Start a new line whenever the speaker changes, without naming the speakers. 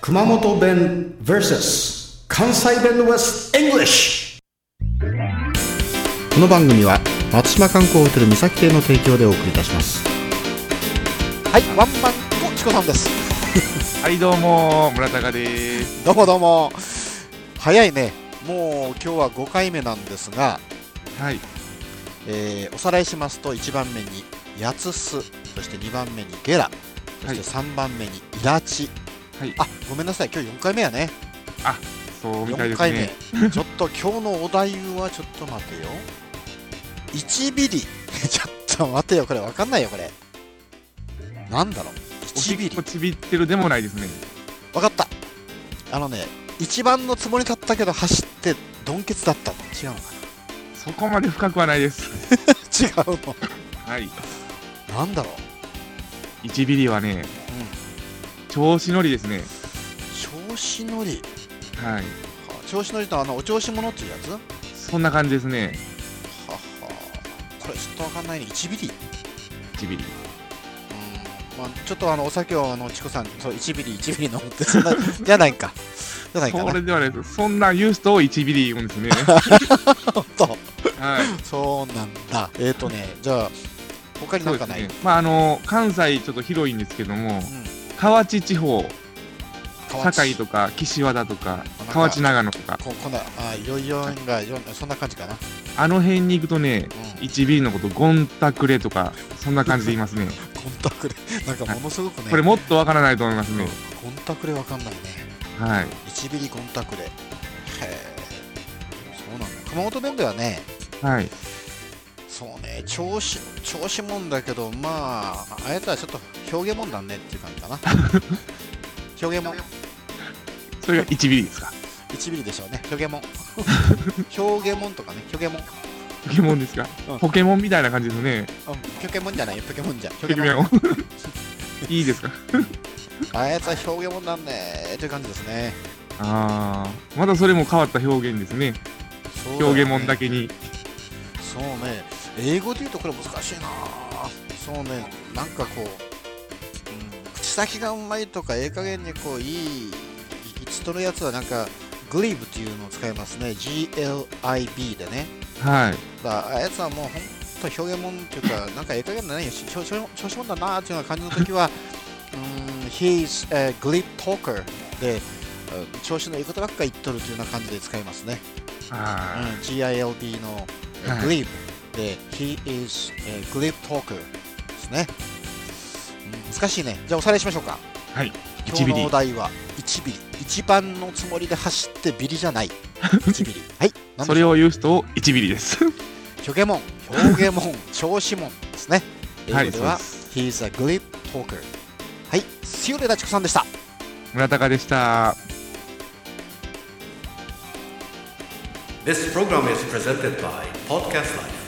熊本弁 VS 関西弁 West English この番組は松島観光ホテル三崎邸の提供でお送りいたします
はい、ワンパンのチコさんです。
はいどうも村高です。
どうもどうも。早いね。もう今日は5回目なんですが、
はい
えーおさらいしますと1番目にヤツス、そして2番目にゲラ、そ
は
して
い
3番目にイラチ。
はい
あ、ごめんなさい。今日4回目やね。
そうみたい
4
です
回
ね。
目。ちょっと今日のお題はちょっと待てよ。1ビリ。 ちょっと待てよ。これわかんないよ、これ。なんだろう。
お
1ビリ
しっこ。ちびってるでもないですね。
わかったあのね一番のつもりだったけど走ってドンケツだった違うの
そこまで深くはないです。
かな違う
はい
のなんだろう、
一ビリはね
う
調子乗りですね。
ん、調子乗り
はい
は調子乗りとあのお調子者っていうやつは
そんな感じですね
はこれちょっとわかんないね1ビリうん
一ビリ。
まあ、ちょっとあのお酒をあのチコさんそう1ビリ1ビリ飲むってそんなじゃないんかじゃないか
そ
な
れではないです。そんなん言う人を一ビリ言うんですね。
本当
はい
そうなんだえっ、ー、とねじゃあ他に
そ
な
うんで
かな
す
い
ね。まああの関西ちょっと広いんですけども
うん
河内地方
河内
堺とか岸和田と
な
か
んか
河内長野とか
ここんなあいろいろがよんそんな感じかな、
あの辺に行くとね
うん、
一ビリのことゴンタクレとかそんな感じで言います ね。
コンタクレ、なんかものすごくね、
これもっとわからないと思いますね。
コンタクレわかんないね。
はい。
1ビリコンタクレ。へえ、そうなんだ。熊本弁ではね、
はい。
そうね、調子、調子もんだけど、まあ、あえたらちょっと表現もんだねっていう感 じかな。表現もん、
それが1ビリですか。
1ビリでしょうね、表現も ん。表現もんとかね、表現もん。
ポケモンですか
うん。
ポケモンみたいな感じですね。
うん、表現もんじゃないよ、表現もんじゃ。
ポ
表
ケ
現
モ
もん。
ン。 いいですか。
あえたら表現もんだねっていう感じですね。
ああ、まだそれも変わった表現ですね。
そうよね
表現もんだけに。
そうね、英語で言うとこれ難しいなあそうね、なんかこう、うん、口先がうまいとか、ええ加減にこう、いい、いつとるやつはなんか、グリーブっていうのを使いますね。GLIB でね。
はい。
だからあやつはもう本当表現もんっていうか、なんかええ加減だね、し調子も調子もんだなあっていうような感じの時は、 うん、He's a great talker で、うん調子のいいことばっか言っとるというような感じで使いますね。
あ
GILB の
はい
GLIB で、He is a GLIB talker ですね、うん難しいね。じゃあおさらいしましょうか。
あ、はい。
今
1
日
ビリ
のお題は1ビリ。一番のつもりで走ってビリじゃ ない。1ビリ。はい。なん
そ
でし
れ
ょう
を言う人を1ビリです。
虚言もん、表現もん、 調子もんですね。英
は
語
い。
で
そうで
は、
す。
He is a GLIB talker。はい。See you later, チコさんでした。
村高でした。
This program is presented by Podcast Life.